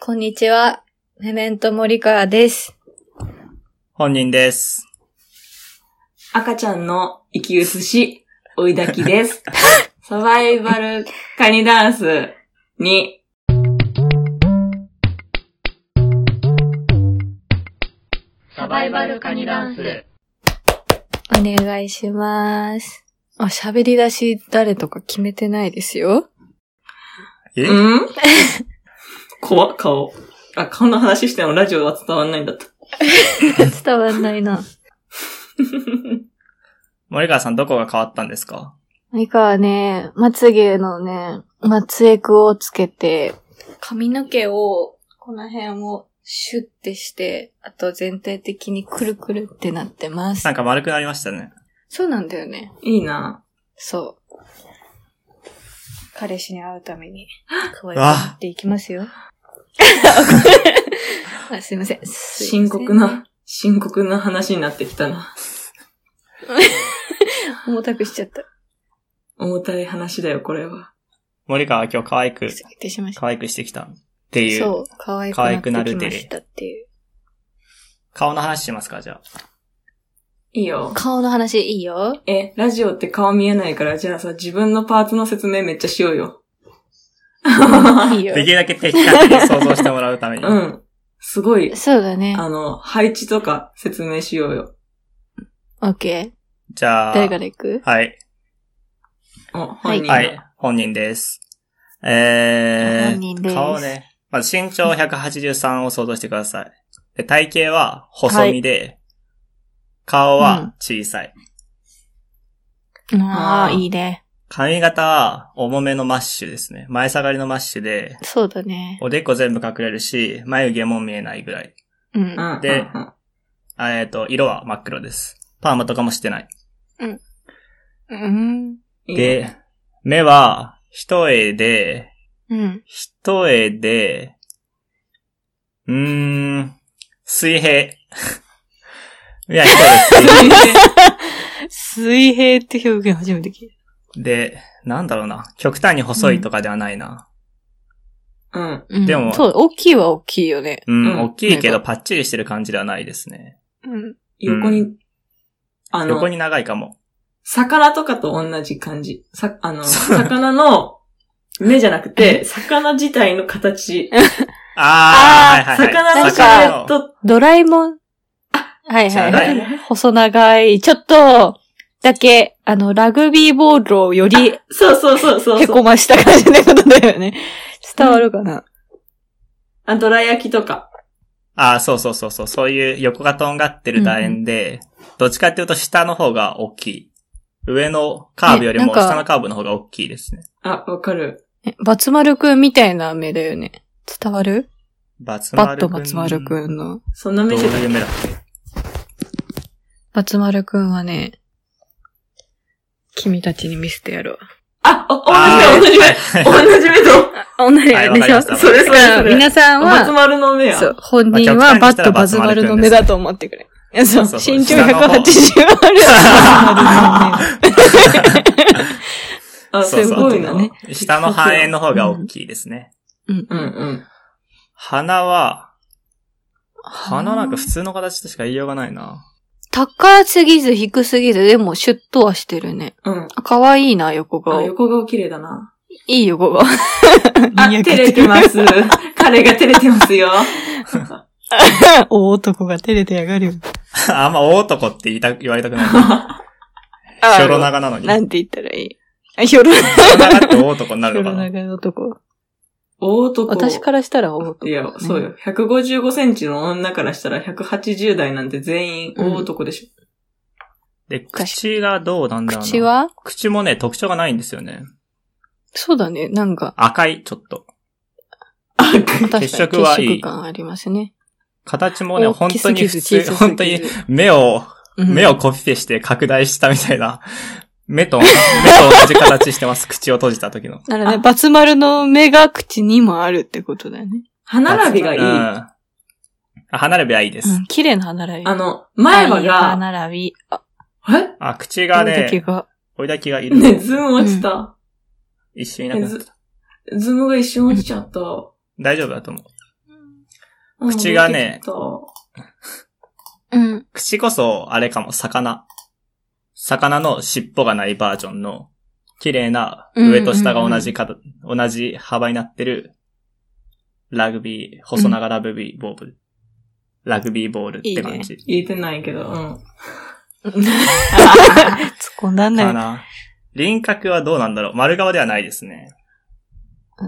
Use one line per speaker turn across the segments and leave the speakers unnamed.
こんにちは。メメント森川です。
本人です。
赤ちゃんの生き写し、追い抱き です。サバイバルカニダンスに、
サバイバルカニダンス。お願いします。あ、喋り出し誰とか決めてないですよ。
え
うん 怖っ顔。あ、顔の話してもラジオは伝わんないんだった。
伝わんないな。
森川さんどこが変わったんですか
ミカはね、まつげのね、まつエクをつけて、髪の毛を、この辺をシュッてして、あと全体的にくるくるってなってます
なん。か丸くなりましたね。
そうなんだよね。
いいな
そう。彼氏に会うために、可愛くなっていきますよ。 あすいません。すい
深
ません
刻な、深刻な話になってきたな。
重たくしちゃった。
重たい話だよ、これは。
森川は今日可愛く、
失礼しました。
可愛くしてきたってい。
そうう。可愛
可愛
く
く
な
な
って
る
き
て
ま
れ
したっていう。
顔の話しますかじゃあ。
いいよ。
顔の話いいよ。
え、ラジオって顔見えないから、じゃあさ、自分のパーツの説明めっちゃしようよ。
いいよ
で。きるだけ的確に想像してもらうために。
うん。すごい、
そうだね。
あの、配置とか説明しようよ。
オッケー。
じゃあ。
誰から行く
はい。
お、本人だ。
はい。本人です。えー、
本人です
顔ね。まず身長183を想像してください。で体型は細身で、顔は小さい。
ああ、
あー
いいね。
髪型は重めのマッシュですね。前下がりのマッシュで、
そうだね。
おでこ全部隠れるし、眉毛も見えないぐらい。
うん。
うん
で
うんうん
あえっ、と、色は真っ黒です。パーマとかもしてない。
うん。
いいね
で、目は、一重で、
うん。
一重で、うーん、水平。 いや、一重です。
水平って表現初めて聞い
で、なんだろうな。極端に細いとかではないな。
うん。
た。うん
でも
そう、大きいは大きいよね。
うん、
うん
大きいけ
なん
どパッチリしてる感じではないですね。
うん。
横に、
う
あの
横、に長いかも。
魚とかと同じ感じ。さ、あの、魚の目じゃなくて、魚自体の形。
あー、
あ
はいはいはい。
魚のシルエ
魚
ット。
ドラえもん。はい
じ
は
ゃ
い
な
はいい。細長い、ちょっと、だけ、あの、ラグビーボールをより
そうそうそうそう。
へこました感じのことだよね。伝わるかな、
あ、ドラ焼きとか。
ああ、そうそうそうそう。そういう横がとんがってる楕円で、どっちかっていうと下の方が大きい。上のカーブより
ねな
も
んか
下のカーブの方が大きいですね。
あ、わかる。
えバツマルくんみたいな目だよね。伝わる
バツマ
バッ
ルく
ト
ん。
バツマル
ん。
くんの。
そんな
ど
目
う
してた
いう目だっ
バツマルくんはね、君たちに見せてやろう。
あ、
あー
お、同じ目、同じ目、同じ目と。
同じ
はい
や
わ
で
かり
しょ
ました
それそれそれ。
皆さん
松
は、
丸の目や。
そう、本人はバットバツマルの目だと思ってくれ。いやそう、
そうそう
身長180
下の
あ
方
るバツマルの目。
あ、
け
すごいな。
そうそうそう下の半円の方が大きいですね。
うんうん。
鼻は、鼻なんか普通の形としか言いようがないな。
高すぎず低すぎず、でもシュッとはしてるね。
うん。
あ可愛いな、横
あ、
顔。
横顔綺麗だな。
いい横顔。
あ、
にや
照
ける
れてます。彼が照れてますよ。
大男が照れてやがるよ。
あんま大男って言いた、言われたくないな。ひょろ長なのに。ひょ
なんて言ったらいいあ、 ひょろ、ひ
ろ長って大男にな
ょ
る
ろ
のかな。
長い男。
大男。
私からしたら大男。
いや、そうよ。155センチの女からしたら180代なんて全員大男でし
で、口がどうなんだろうな。
口は
口もね、特徴がないんですよね。
そうだね、なんか。
赤い、ちょっと。
ょ。
確かに
血色はいい
血色感ありますね。
形もね、
大
本
きす
当に
ぎ
普
ず
通、本当に、目を、目をコピペして拡大したみたいな、目 と、目と同じ形してます。口を閉じた時の。
ならね、バツ丸の目が口にもあるってことだよね。
歯並びがいい。
うん
あ
あ歯並びはいいです。
うん、綺麗な歯並び。
の、前歯
いい歯
が、
並び。あ、
え
あ、口が
どうだっけ
ね、
が。
追いだきがいる。
ね、ズーム落ちた。
一瞬いなくなった。
ズームが一瞬落ちちゃった。
大丈夫だと思う。
うん
口がね。
出てき た
うん。
口こそ、あれかも、魚。魚の尻尾がないバージョンの、綺麗な、上と下が同じかた、同じ幅になってる、ラグビー、細長ラグビーボール、ラグビーボールって感じ。
言えてないけど、うん。
突っ込んだんだ
か
よ。
な。輪郭はどうなんだろう丸側ではないですね。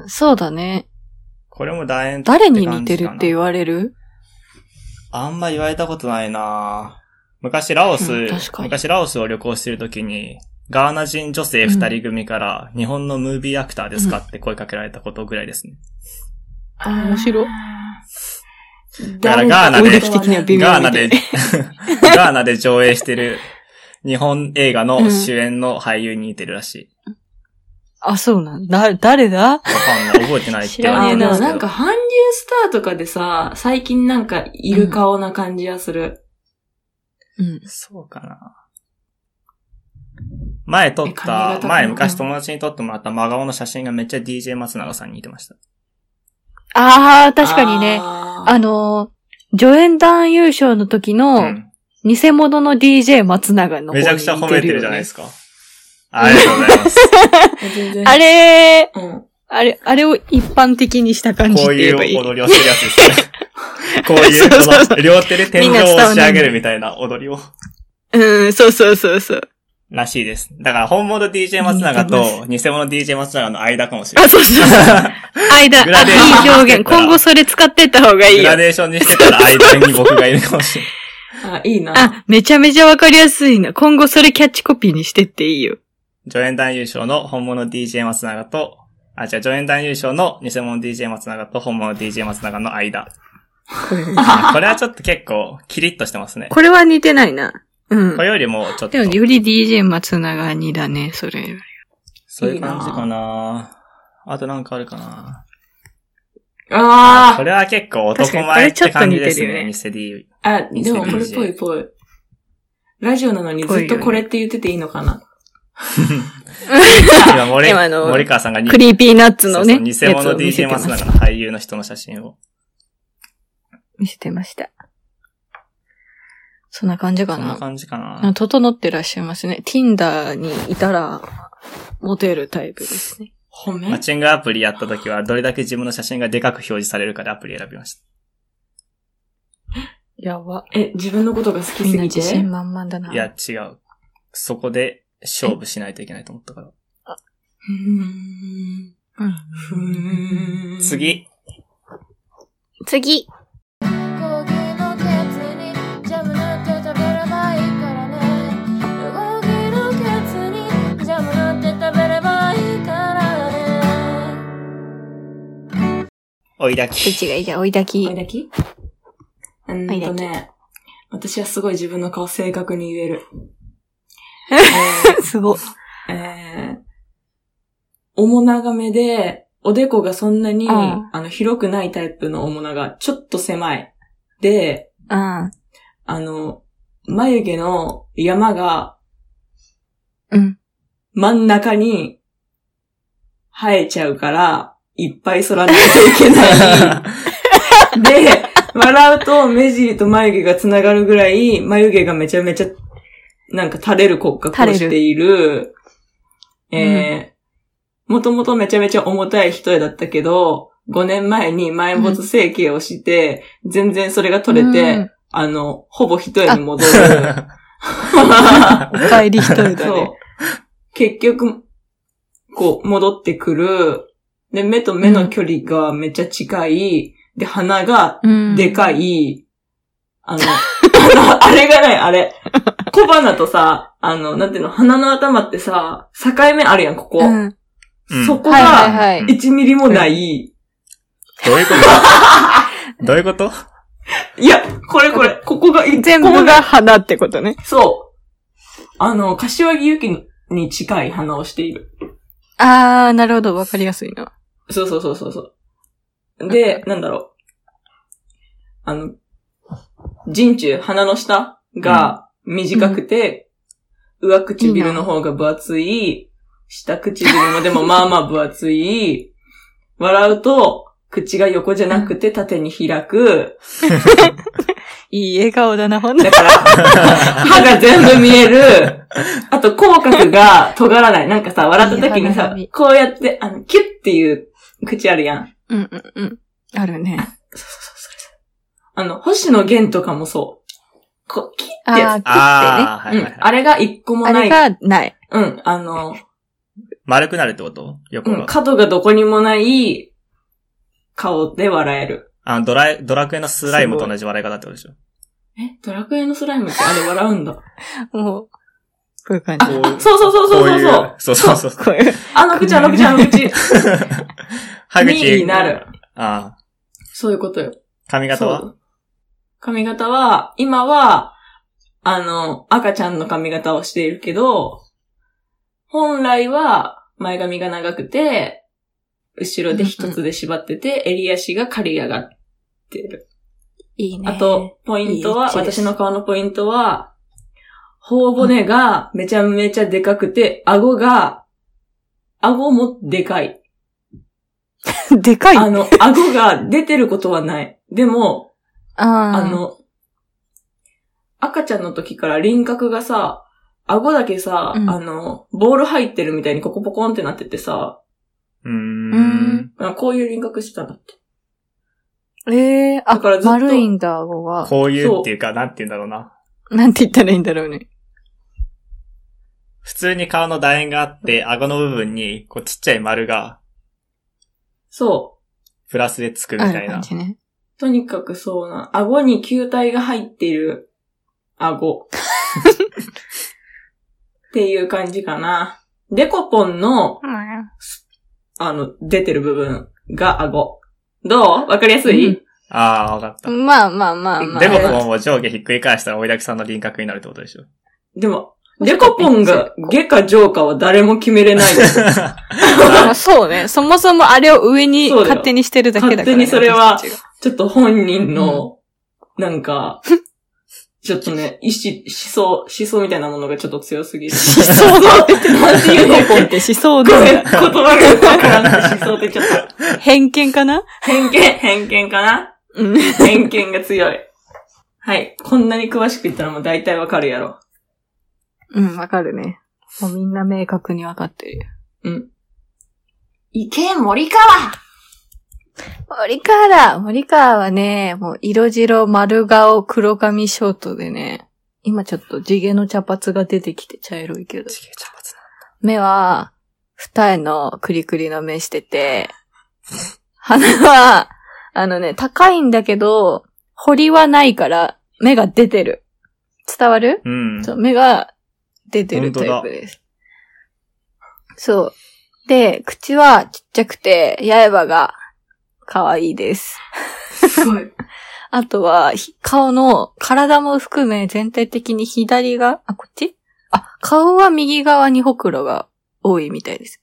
そうだね。
これも楕円って感じ
誰
かな
に似てるって言われる
あんま言われたことないな昔ラオス、
うん確かに
昔ラオスを旅行してるときに、ガーナ人女性二人組から、日本のムービーアクターですかって声かけられたことぐらいですね。
あー面白い。
だからガーナ
俺
で
歴的には微妙
ガー
み
ナ
たい
で、ガーナで上映してる日本映画の主演の俳優に似てるらしい。
あ、そうなんだ。誰だ
わかんない。覚えてないって言
知ら
わ
ね
れ
あ
え
て
ーで
な
も
ますけど
なんか、韓流スターとかでさ、最近なんかいる顔な感じがする。
うん。
そうかな。前撮っ
え髪型
た
か、な
前昔友達に撮ってもらった真顔の写真がめっちゃ DJ 松永さんに似てました。
ああ、確かにね。
あー
あのー、助演男優賞の時
う
の、
ん。
偽物の DJ 松永の方
め
に
ちゃくちゃ褒めてるじゃないです
か。
か。ありがとうござい ます。
全然
あれ、
うん。
あれ、あれを一般的にした感じ
こ
っ
う
て
い
言えばいい。
う踊りをしてるやつですね。こう いう、
そうそうそう
この両手で天井を押し上げるみたいな踊りを。
うん、そうそうそうそう。
らしいです。だから本物 DJ 松永と 偽物 DJ 松永の間かもしれな
あ、
い。
そうそうそう。間、
グラデーション
いい表現。今後それ使ってった方がいい
グ
よ
ラ。デーションにしてたら間に僕がいるかも しれない。
あ、いいな。
あ、めちゃめちゃわかりやすいな。今後それキャッチコピーにしてっていいよ。
助演男優賞の本物 DJ 松永と、あ、じゃあ助演男優賞の偽物 DJ 松永と本物 DJ 松永の 間。あこれはちょっと結構キリッとしてますね。
これは似てないな。うん
こ。れよりもちょっと
で、も、より DJ 松永にだね、それ。
そういう感じかなあとなんかあるかなこ
あ
れは結構男
確かにこ
前
れ
っ
ちょ
て
っと
感
似
じ
て
です
るよ
ね、
ね
店 D。
あ。あ、でもこれっぽいっぽい。ラジオなのにずっとこれって言ってていいのかな。
今森
今あの
森川さんがに
クリーピーナッツのね、
そうそう偽
やつ
物
を見せて
DJ
ま
松
す
永の俳優の人の写真を。
見せてました。そんな感じ
そ
か
んな
な。
感じかな
あ整ってらっしゃいますね。Tinder にいたら、モテるタイプですね。
褒め
マッチングアプリやった時はどれだけ自分の写真がでかく表示されるかでアプリ選びました。
やば。
え、自分のことが好き
み
す
んな
ぎ
自信
て。
満々だな。
いや、違う。そこで勝負しないといけないと思ったから。
ふーん
うん
ふーん。
次。
次。
講義のケツにジャムなんて食べればいいからね講義のケツにジャムなんて食べればいいからね
追いだき。
一がいいじゃん、追いだ
おい
き。
だきうーんとね、私はすごい自分の顔正確に言える。
すごい。
えーえー、おも長めで、おでこがそんなに、
うん
あの、広くないタイプのおもなが、ちょっと狭い。で、
うん。
あの、眉毛の山が
うん。
真ん中に生えちゃうから、いっぱい剃らなきゃいけ ない。で、笑うと目尻と眉毛がつながるぐらい、眉毛がめちゃめちゃ、なんか垂れる骨格をしている、
垂れる
えー、もともとめちゃめちゃ重たい人だったけど、5年前に埋没整形をして、全然それが取れて、
うん
あの、ほぼ一重に戻る。
お帰り一人だ
そう
ね。。
結局、こう、戻ってくる。で、目と目の距離がめっちゃ近い。で、鼻が
うん。
でか
い。
い。あの、 あのあれがない、あれ。小鼻とさ、あの、なんていうの、鼻の頭ってさ、境目あるやん、ここ。
うん。
うん
そこ
はいはい
が、
はい。
1ミリもない。
どういうこ とどういうこと
いや、これこれ、ここが1個もない
全部が花ってことね。
そう。あの、柏木由紀に近い鼻をしている。
あー、なるほど、わかりやすいな。
そうそうそうそうそう。で、なんだろう。あの、人中、鼻の下が短くて、上唇の方が分厚い、下唇もでもまあまあ分厚い、笑うと、口が横じゃなくて縦に開く。
いい笑顔だな、ほんと
だから、歯が全部見える。あと、口角が尖らない。なんかさ、笑った時にさ
いい、
こうやって、あの、キュッっていう口あるやん。
うんうんうん。あるね。
そうそうそうそれそれ。あの、星野源とかもそう。こう、キ
あ
っ
ー、
て
切ってね。
ああ、はいはい
うん。
はい。
あれが一個も
あ
な
れ
い。
がない。
うん、あの、
丸くなるってこと横
うん、
が。
角がどこにもない顔で笑える。
あドラえ、ドラクエのスライムと同じ笑い方ってことでしょ
え、ドラクエのスライムってあれ笑うんだ。
もう、こういう感
あ、
じ。
こういう
そうそうそうそうそうそう。
そうそ うそうそう。
こういう。
あの口、あの口、あの口。
歯
になる。
ああ。
そういうことよ。
髪型
そ
は
う髪型は、今は、あの、赤ちゃんの髪型をしているけど、本来は前髪が長くて、後ろで一つで縛ってて、襟足が刈り上がってる。
いいね。
あと、ポイント
いい
は、
位置です
私の顔のポイントは、頬骨がめちゃめちゃでかくて、顎が、顎もでかい。
でかい。
あの、顎が出てることはない。でも、
あ
あ、の、赤ちゃんの時から輪郭がさ、顎だけさ、
うん
あの、ボール入ってるみたいにココポコンってなっててさ、
うーん
うーん
なんかこういう輪郭してたんだって。
ええー、あ
だからずっ、と
丸いんだ、顎が。
こういうっていうか、なんて言うんだろうな。
なんて言ったらいいんだろうね。
普通に顔の楕円があって、顎の部分に、こうちっちゃい丸が、
そ
プラスでつくみ
あ
た
る
い
感
な。
じね。
う。とにかくそうな。顎に球体が入っている 顎。っていう感じかな。デコポンの、あの、出てる部分が顎。どうわかりやすい、
うん
ああ、わかった。
まあまあまあまあ。
デコポンを上下ひっくり返したら、おいだきさんの輪郭になるってことでしょ。
でも、デコポンが下か上かは誰も決めれないよ。
まあそうね。そもそもあれを上に
そうだよ
勝手にしてるだけだから、ね。
勝手にそれは
私たちが
ちょっと本人の、な んか、ちょっとね、意思、思想、思想みたいなものがちょっと強すぎる。
思想だって言
なんていうの
ってる。思想
ごめ
だ。
ん、言 葉がわからなくて思想ってちょっと、
偏見かな
偏見、偏見かな
うん。
偏見が強い。はい。こんなに詳しく言ったらもう大体わかるやろ。
うん、わかるね。もうみんな明確にわかってるよ。
うん。池森川
森川だ森川はね、もう色白丸顔黒髪ショートでね、今ちょっと地毛の茶髪が出てきて茶色いけど。
ちげえ茶髪だ
目は、二重のクリクリの目してて、鼻は、あのね、高いんだけど、彫りはないから、目が出てる。伝わる、
うん。
そう目が出てる
本当
タ
だ
イプです。そう。で、口はちっちゃくて、刃が可愛いです。
すごい。
あとは、ひ顔の、体も含め全体的に左が、あ、こっちあ、顔は右側にほくろが多いみたいです。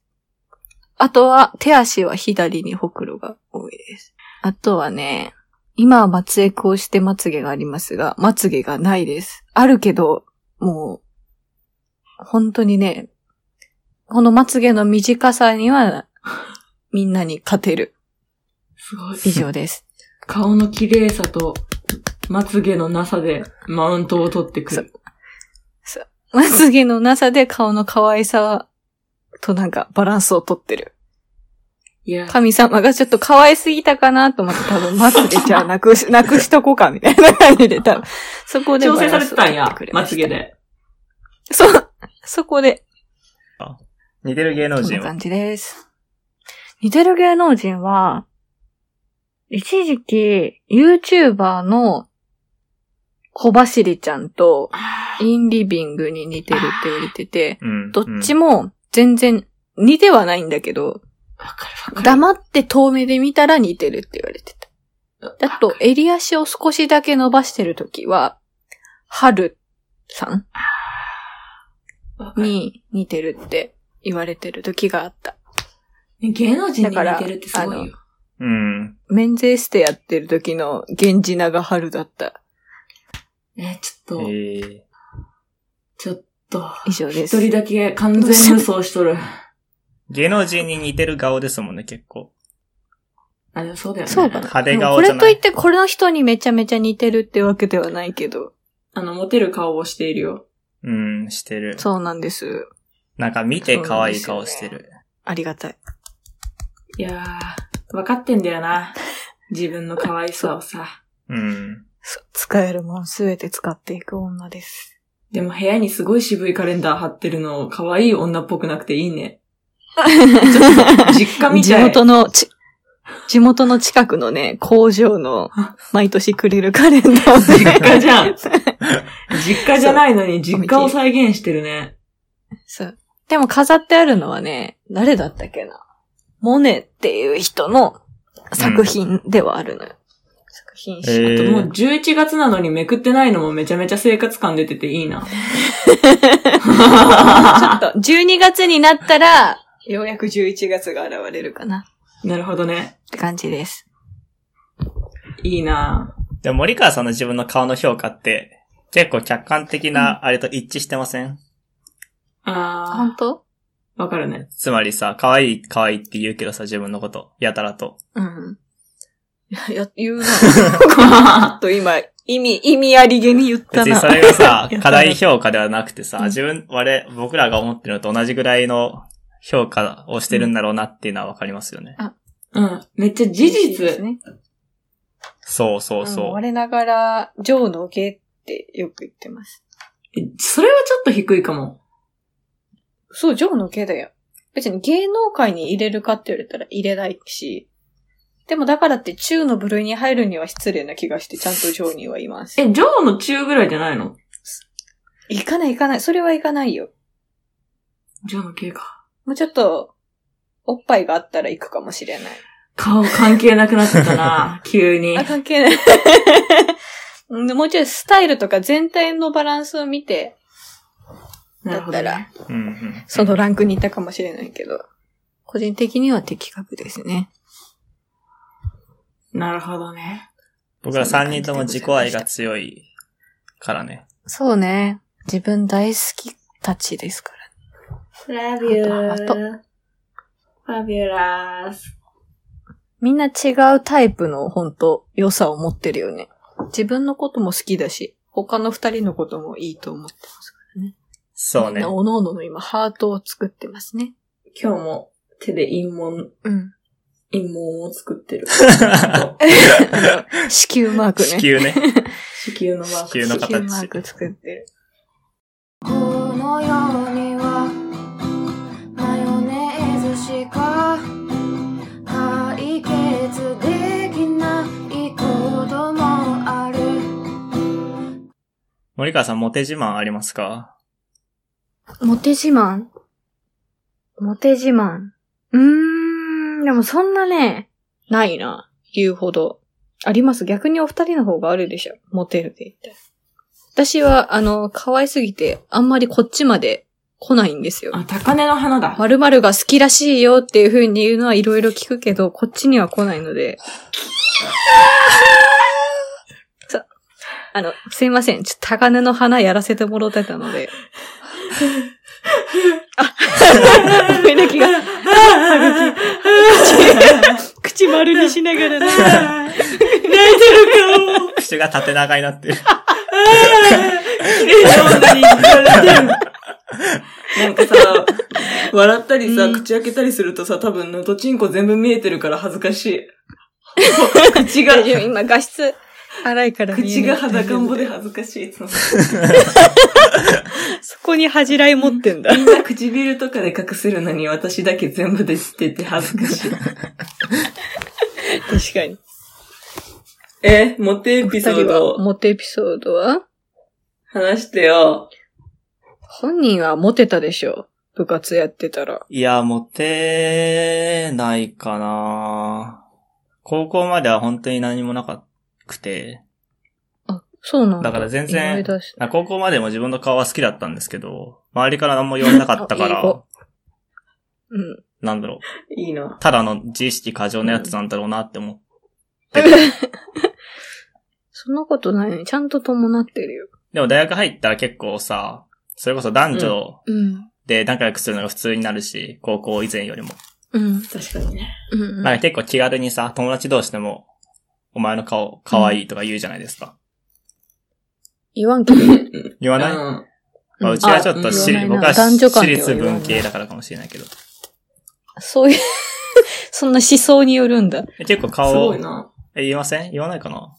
あとは、手足は左にほくろが多いです。あとはね、今は松江をしてまつげがありますが、まつげがないです。あるけど、もう、本当にね、このまつげの短さには、みんなに勝てる。
すごい。
以上です。
顔の綺麗さと、まつげのなさでマウントを取ってくる。
まつげのなさで顔の可愛さとなんかバランスをとってる。
いや、
神様がちょっと可愛すぎたかなと思って多分まつげじゃあなく し、なくしとこうかみたいな感じで多分。そこで
調
バ
整さ
ラン
れ
ス
て
を
た
取
ん
っ
や
てくれ、
ま
ま
つ
し
げで。
た。そう、そこで、
似てる芸能
こん
人
な
は。
感じです。似てる芸能人は、一時期 YouTuber の小走りちゃんとインリビングに似てるって言われてて、
うん。
どっち
も。
も全然似てはないんだけど、
わかるわかる。
黙って遠目で見たら似てるって言われてた。だと、襟足を少しだけ伸ばしてるときは、春さん
わかる、
に似てるって言われてる時があった。
ね芸能人に似てるってす
だか
ご
らあ
い
の
よ。
うん。
免税ステやってる時の源氏長春だった。
ね、
え
ちょっと、
ー、
ちょっと、
以上で
一
す。
人だけ完全無双しとる。
芸能人に似てる顔ですもんね、結構。
あ、でもそうだよね。
そうかな。
派手
でも
顔
こ
じゃ
れ
ない
といって、これの人にめちゃめちゃ似てるってわけではないけど。
あの、モテる顔をしているよ。
うん、してる。
そうなんです。
なんか見て可愛い顔してる。
ありがたい。
いやー、分かってんだ よな。自分の可愛さをさ。
うん。
そう使えるもんすべて使っていく女 です。
でも部屋にすごい渋いカレンダー貼ってるの、可愛い女っぽくなくていいね。実家み
地
たい。
元のち、地元の近くのね、工場の毎年くれるカレンダーをね
実家じゃん。実家じゃないのに実家を再現してるね。
そう。でも飾ってあるのはね、誰だったっけな。モネっていう人の作品ではあるのよ。作品集。
え
もう
ー、
11月なのにめくってないのもめちゃめちゃ生活感出ててい いな。
ちょっと、12月になったら、ようやく11月が現れるかな。
なるほどね。
って感じです。
いいな
でも森川さんの自分の顔の評価って、結構客観的なあれと一致してません、
あ
本当
ー、わかるね。
つまりさ、可愛い可愛いって言うけどさ、自分のこと、やたらと。
うん。いや、や言うな。あと今、意味、意味ありげに言った
別に
な
そ。れが さ
や、た
課
ら
題評価ではなくてさ
う、ん
自分、我々、僕らが思ってるのと同じぐらいの評価をしてるんだろうなっていうのはわかりますよね。
うん。めっちゃ事
です
実。
ね。
そうそう
うん
そう。
我ながら、上の下ってよく言ってます。
えそれはちょっと低いかも。
そう、ジョーの芸だよ。別に芸能界に入れるかって言われたら入れないし、でもだからって中の部類に入るには失礼な気がして、ちゃんとジョーにはいます。
え、ジョーの中ぐらいじゃないの
行かない行かない。それは行かないよ。
ジョーの系か。
もうちょっと、おっぱいがあったら行くかもしれない。
顔関係なくなっちゃったな急に
あ、。関係ない。 うんもうちょいスタイルとか全体のバランスを見て、
なるほど、ね。
うんうん。
そのランクにいたかもしれないけど、個人的には的確ですね。
なるほどね。
僕ら3人とも自己愛が強いからね。
そうね。自分大好きたちですから。
Love
you.
Fabulous.
みんな違うタイプの本当良さを持ってるよね。自分のことも好きだし、他の二人のこともいいと思ってますか
そ
ら。
う
みん
ね
な。おののの今、ハートを作ってますね。
今日も手で陰門、
うん。
陰門を作ってる。
子宮マークね。
地球ね。
子宮のマー
地球の
子宮
形。
マーク作ってる。
この世にはマヨネーズしか解決できないこともある
森川さん、モテ自慢ありますか
モテ自慢モテ自慢。うーん、でもそんなね、ないな。言うほど。あります。逆にお二人の方があるでしょ。モテるで言ったら私は、あの、可愛すぎて、あんまりこっちまで来ないんですよ。
あ、高根の花だ。
〇〇が好きらしいよっていう風に言うのはいろいろ聞くけど、こっちには来ないの で。そう。あの、すいません。ちょっと高根の花やらせてもろってたので。あ、みんな気が、口、口丸にしながらね。
口が縦長になってる。
なんかさ、笑ったりさ、口開けたりするとさ、多分、のとちんこ全部見えてるから恥ずかし い。口が、
大丈夫。今、画質、荒いから見え
口
ない
が裸んぼで恥ずかしい。いつも
そこに恥じらい持ってん だ。
みんな唇とかで隠せるのに私だけ全部出てて恥ずか しい。
確かに。
え、モテエピソー
は、
ド
モテエピソードは
話してよ。
本人はモテたでしょ。部活やってたら。
いや、モテないかな高校までは本当に何もなかくて、
あ、そうなんだ。
だから全
思い
然、
出した
あ高校までも自分の顔は好きだったんですけど、周りから何も言われなかったか
あいい子
ら、
うん。
なんだろう、
いいな。
ただの自意識過剰なやつなんだろうなって思う。
そんなことないね。ちゃんと伴ってるよ。
でも大学入ったら結構さ、それこそ男女
うん。
で仲良くするのが普通になるし、高校以前よりも。
うん。
確かにね。
うん。
なんか結構気軽にさ、友達同士でも、お前の顔可愛いとか言うじゃないですか。
言わんけどね。
言わない、
うん
まあ、うちはちょっと私
あ
立、
うん言わ
僕は
ないな男女関
私
係は
立
言わない
文系だからかもしれないけど。
そう いう、そんな思想によるんだ。
え結構
す
顔
ごい、な。
え言いません言わないかな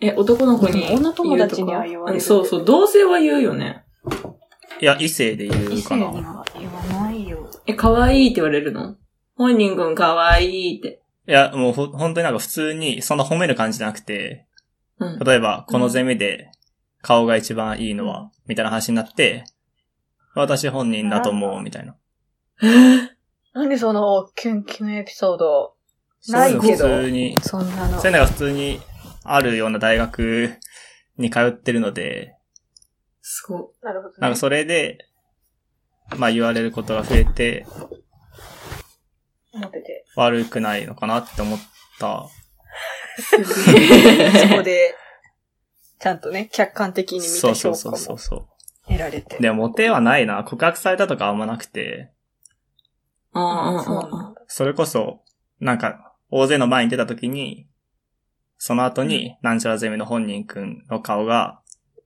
え、男の子に
うん女友達には言われる
うんそうそう、同性は言うよね。
いや、異性で言うかな。
は言わないよ。
え、可愛いって言われるの本人くん可愛いって。
いや、もうほ、本当になんか普通に、そんな褒める感じじゃなくて、
うん。
例えば、このゼミで、顔が一番いいのは、みたいな話になって、私本人だと思う、みたいな。
なんでその、キュンキュンエピソード。
そういうの
ないけど
普通に、
そんなの
そうい。うのが普通にあるような大学に通ってるので、
すご
なるほど、
なんかそれで、まあ言われることが増えて、
思ってて。
悪くないのかなって思った。
そこで、ちゃんとね、客観的に見
そ
た
うそ
評
うそ
価も
うそうそ
得られて。
う。でも、モテはないな。告白されたとかあんまなくて、
ああ、あ
そう
あ、
な
あ
んだ。
それこそ、なんか、大勢の前に出た時に、その後に、なんちゃらゼミの本人くんの顔が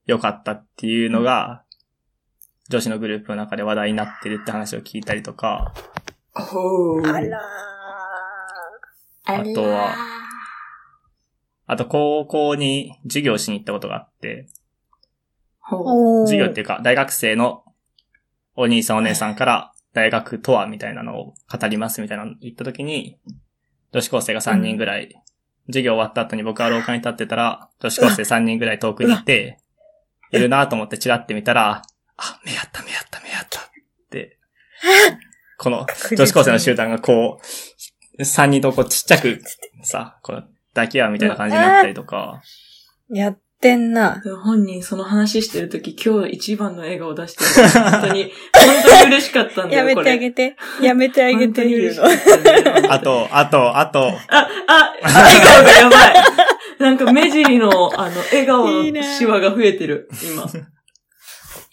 良かったっていうのが、女子のグループの中で話題になってるって話を聞いたりとか、
あ。ほう。
あら
あ
あとはあと高校に授業しに行ったことがあって、
ー。
ほう。
お
授業っていうか大学生のお兄さんお姉さんから大学とはみたいなのを語りますみたいなの言った時に、女子高生が3人ぐらい、授業終わった後に僕は廊下に立ってたら、女子高生3人ぐらい遠くにいて、いるなと思ってチラって見たら、あ、目合った目合った目合った って、この女子高生の集団がこう、3人とこうちっちゃくさ、こう抱き合うみたいな感じになったりとか、
やってんな。
本人その話してるとき、今日一番の笑顔出してる。 本当に、本当に嬉しかったんだよ。
やめてあげて。やめてあ
て
げ
本当
て。
に
言
嬉
う
し
の
かったんだよ
あ、と、あと、あと、
あ、あ、笑顔がやばい。なんか目尻の、あの、笑顔
いい
の
ね
シワが増えてる、 今。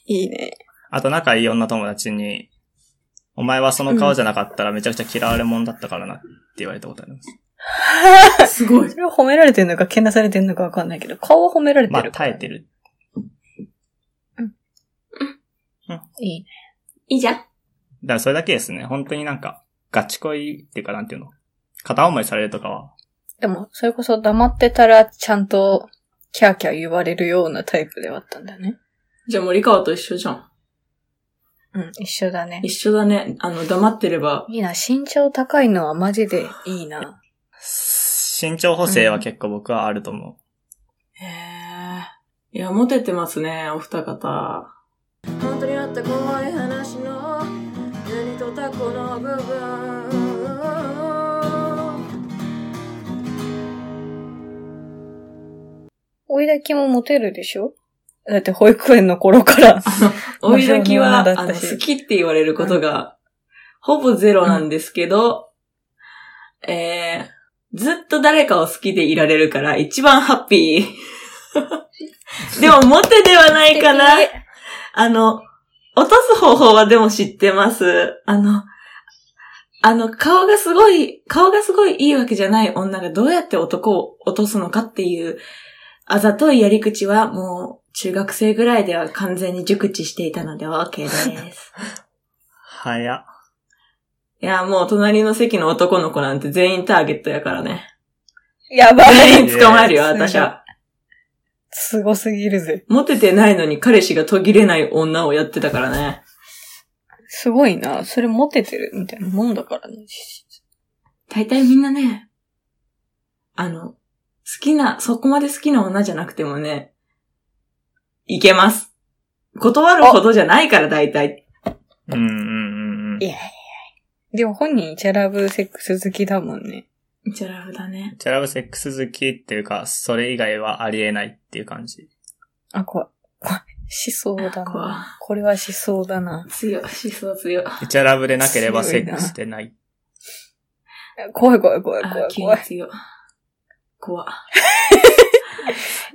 いいね。
あと仲いい女友達に、お前はその顔じゃなかったらめちゃくちゃ嫌われ者だったからなって言われたことあります。
すごい
そ。れは褒められてんのか、けなされてんのかわかんないけど、顔は褒められて
まあ、
る。
耐えてる。
いいね。
いいじゃん。
だからそれだけですね。本当になんか、ガチ恋っていうかなんていうの。片思いされるとかは。
でも、それこそ黙ってたら、ちゃんと、キャーキャー言われるようなタイプではあったんだね。
じゃあ森川と一緒じゃん。
うん、一緒だね
一。緒だね。あの、黙ってれば。
いいな、身長高いのはマジでいい な。
身長補正は結構僕はあると思う。
へえ。いや、モテてますね、お二方。
本当にあった怖い話の何とたこの部分
追いだきもモテるでしょだって保育園の頃 から。
追いだきは、
まあ
あの、好きって言われることが、ほぼゼロなんですけど、えー、ずっと誰かを好きでいられるから、一番ハッピー。でも、モテではないかな。あの、落とす方法はでも知ってます。あの、あの、顔がすごい、顔がすごいいいわけじゃない女がどうやって男を落とすのかっていう、あざといやり口はもう中学生ぐらいでは完全に熟知していたので OK です。
早っ。
いや、もう隣の席の男の子なんて全員ターゲットやからね。
やば い
全 員捕まえるよ、私は。
すごすぎるぜ。
モテてないのに彼氏が途切れない女をやってたからね。
すごいな。それモテてるみたいなもんだからね。
大体みんなね、あの、好きな、そこまで好きな女じゃなくてもね、いけます。断るほどじゃないから、大体。
うんうんうんうん。
いやいやいや。でも本人イチャラブセックス好きだもんね。
チャラブだね。
チャラブセックス好きっていうか、それ以外はありえないっていう感じ。
あ、怖い。怖い。しそうだ
怖い
な。これはしそうだな。
強い、思想強い。
チャラブでなければセックスでない。
怖い怖い怖い怖い、
あ急
怖
に
い。
強い。怖。
い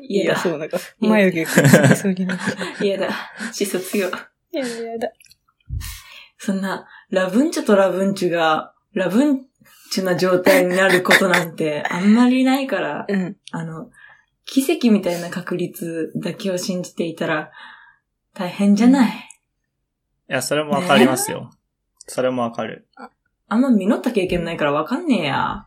嫌
や、
だ、
そうなんか、眉毛がつきそうに なっちゃう。
嫌だ、思想強い。
やだやだ。
そんな、ラブンチュとラブンチュがラブンチュな状態になることなんてあんまりないから、
うん。
あの、奇跡みたいな確率だけを信じていたら、大変じゃない。
や、それもわかりますよ。それもわかる。
あんま実った経験ないからわかんねえや。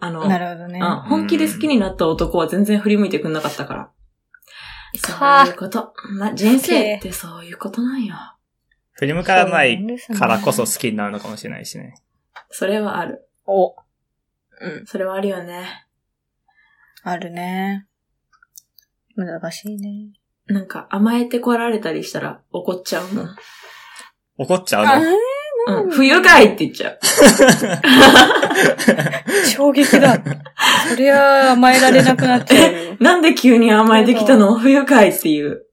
あの、
なるほどね。
あ本気で好きになった男は全然振り向いてくんなかったから。
か
そういうこと。まあ、人生ってそういうことなんよ。
振り向かないからこそ好きになるのかもしれないしね。
それはある。
お。うん。
それはあるよね。
あるね。難しいね。
なんか甘えてこられたりしたら怒っちゃうもん。
怒っちゃ
あ
うの。
うん。冬かいって言っちゃう。
衝撃 だ。そりゃ、甘えられなくなっちゃうよ。
なんで急に甘えてきたの冬かいっていう。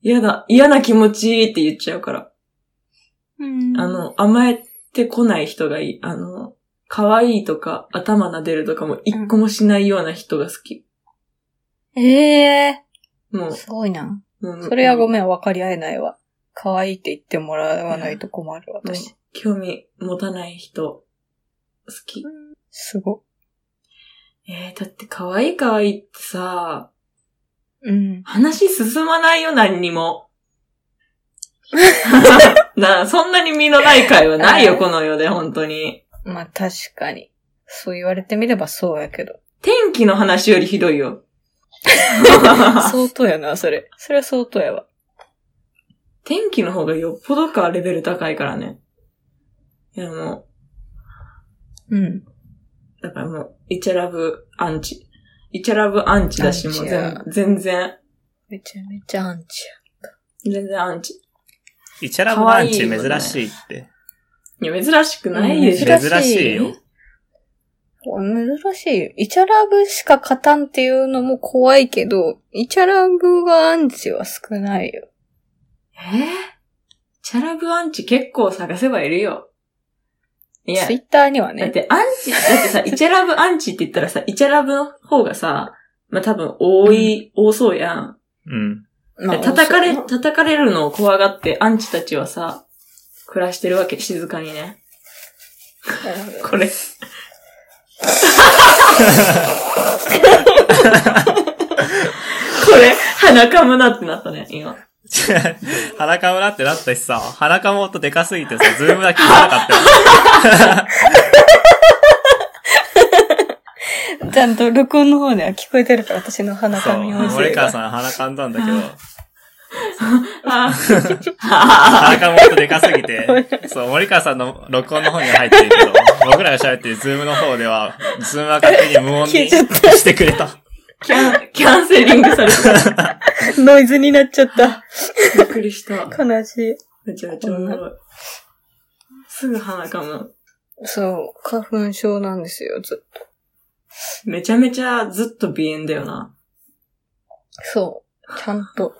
嫌だ、嫌な気持ちって言っちゃうから。
うん
あ、の、甘えてこない人がいい。あの、可愛いとか頭撫でるとかも一個もしないような人が好き。
ええ
も
すごいな。
う、もう
それはご
ん。
めん、分かり合えないわ。可愛いって言ってもらわないと困る、
もう
私。
興味持たない人、好き。
すご。
えー、だって可愛い可愛いってさ、
うん。
話進まないよ、何 にも。なそんなに身のない会はないよ、この世で、本当に。
まあ確かに。そう言われてみればそうや けど。
天気の話よりひど いよ。
相当やな、それ。それは相当やわ。
天気の方がよっぽどか、レベル高いからね。いや、も
うん。
う、だからもう、イチャラブアンチ。イチャラブアンチだし、
アンチ
もう
や
全全然、
めちゃめちゃアンチ
全然アンチ。
イチャラブランチ珍しいって。
いや、珍しくないでしょ。
珍
珍
しい
しいよ。
や。難しいよ。イチャラブしか勝たんっていうのも怖いけど、イチャラブがアンチは少ないよ。
えー、イチャラブアンチ結構探せばいるよ。いや
ツイ、ッターには
だっ
ね。
てアンチ、だって さ、イチャラブアンチって言ったらさ、イチャラブの方がさ、まあ、多分多い、多そうやん。
うん。
まあ
叩かれ、叩かれるのを怖がって、アンチたちはさ、暮らしてるわけ、静かにね。これ。これ、鼻かむなってなったね、今。
裸もなってなったしさ、裸もっとでかすぎてさ、ズームが聞かなかったよ。
ちゃんと録音の方では聞こえてるから、私の鼻
そう
かみを。して
森
る
川さん鼻かんだんだけど、
あ
鼻がもっとでかす ぎて、そう、森川さんの録音の方には入ってるけど、 僕らが喋ってるズームの方では、ズームは勝手に無音に
消えちゃっ
してくれた。
ー キャン、キャンセリングされた。
ノイズになっちゃった。
びっくりした。
悲しい。
めちゃめちゃおもろい。すぐ鼻かむ。
そう、花粉症なんですよ、ずっと。
めちゃめちゃずっと鼻炎だよな。
そう、ちゃんと、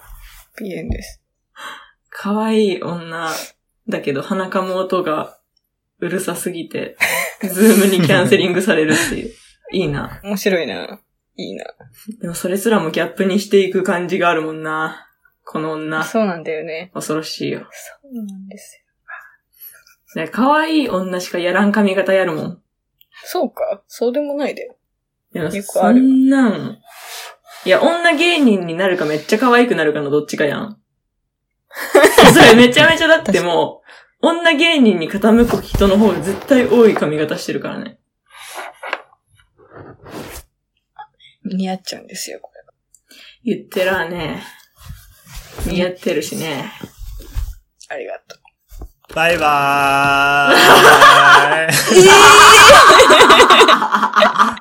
鼻炎です。
可愛い女だけど鼻かむ音がうるさすぎて、ズームにキャンセリングされるっていう。いいな。
面白いな。いいな。
でもそれすらもギャップにしていく感じがあるもんな。この女。
そうなんだよね。
恐ろしいよ。
そうなんですよ。
ね可愛い女しかやらん髪型やるもん。
そうか。そうでもないだよ。
でも
よくあ
そ
る
んなん。いや、女芸人になるかめっちゃ可愛くなるかのどっちか やん。それめちゃめちゃだってもう、女芸人に傾く人の方が絶対多い髪型してるからね。
似合っちゃうんですよ、これ。
言ってらあね。似合ってるしね。
ありがとう。
バイバーイ。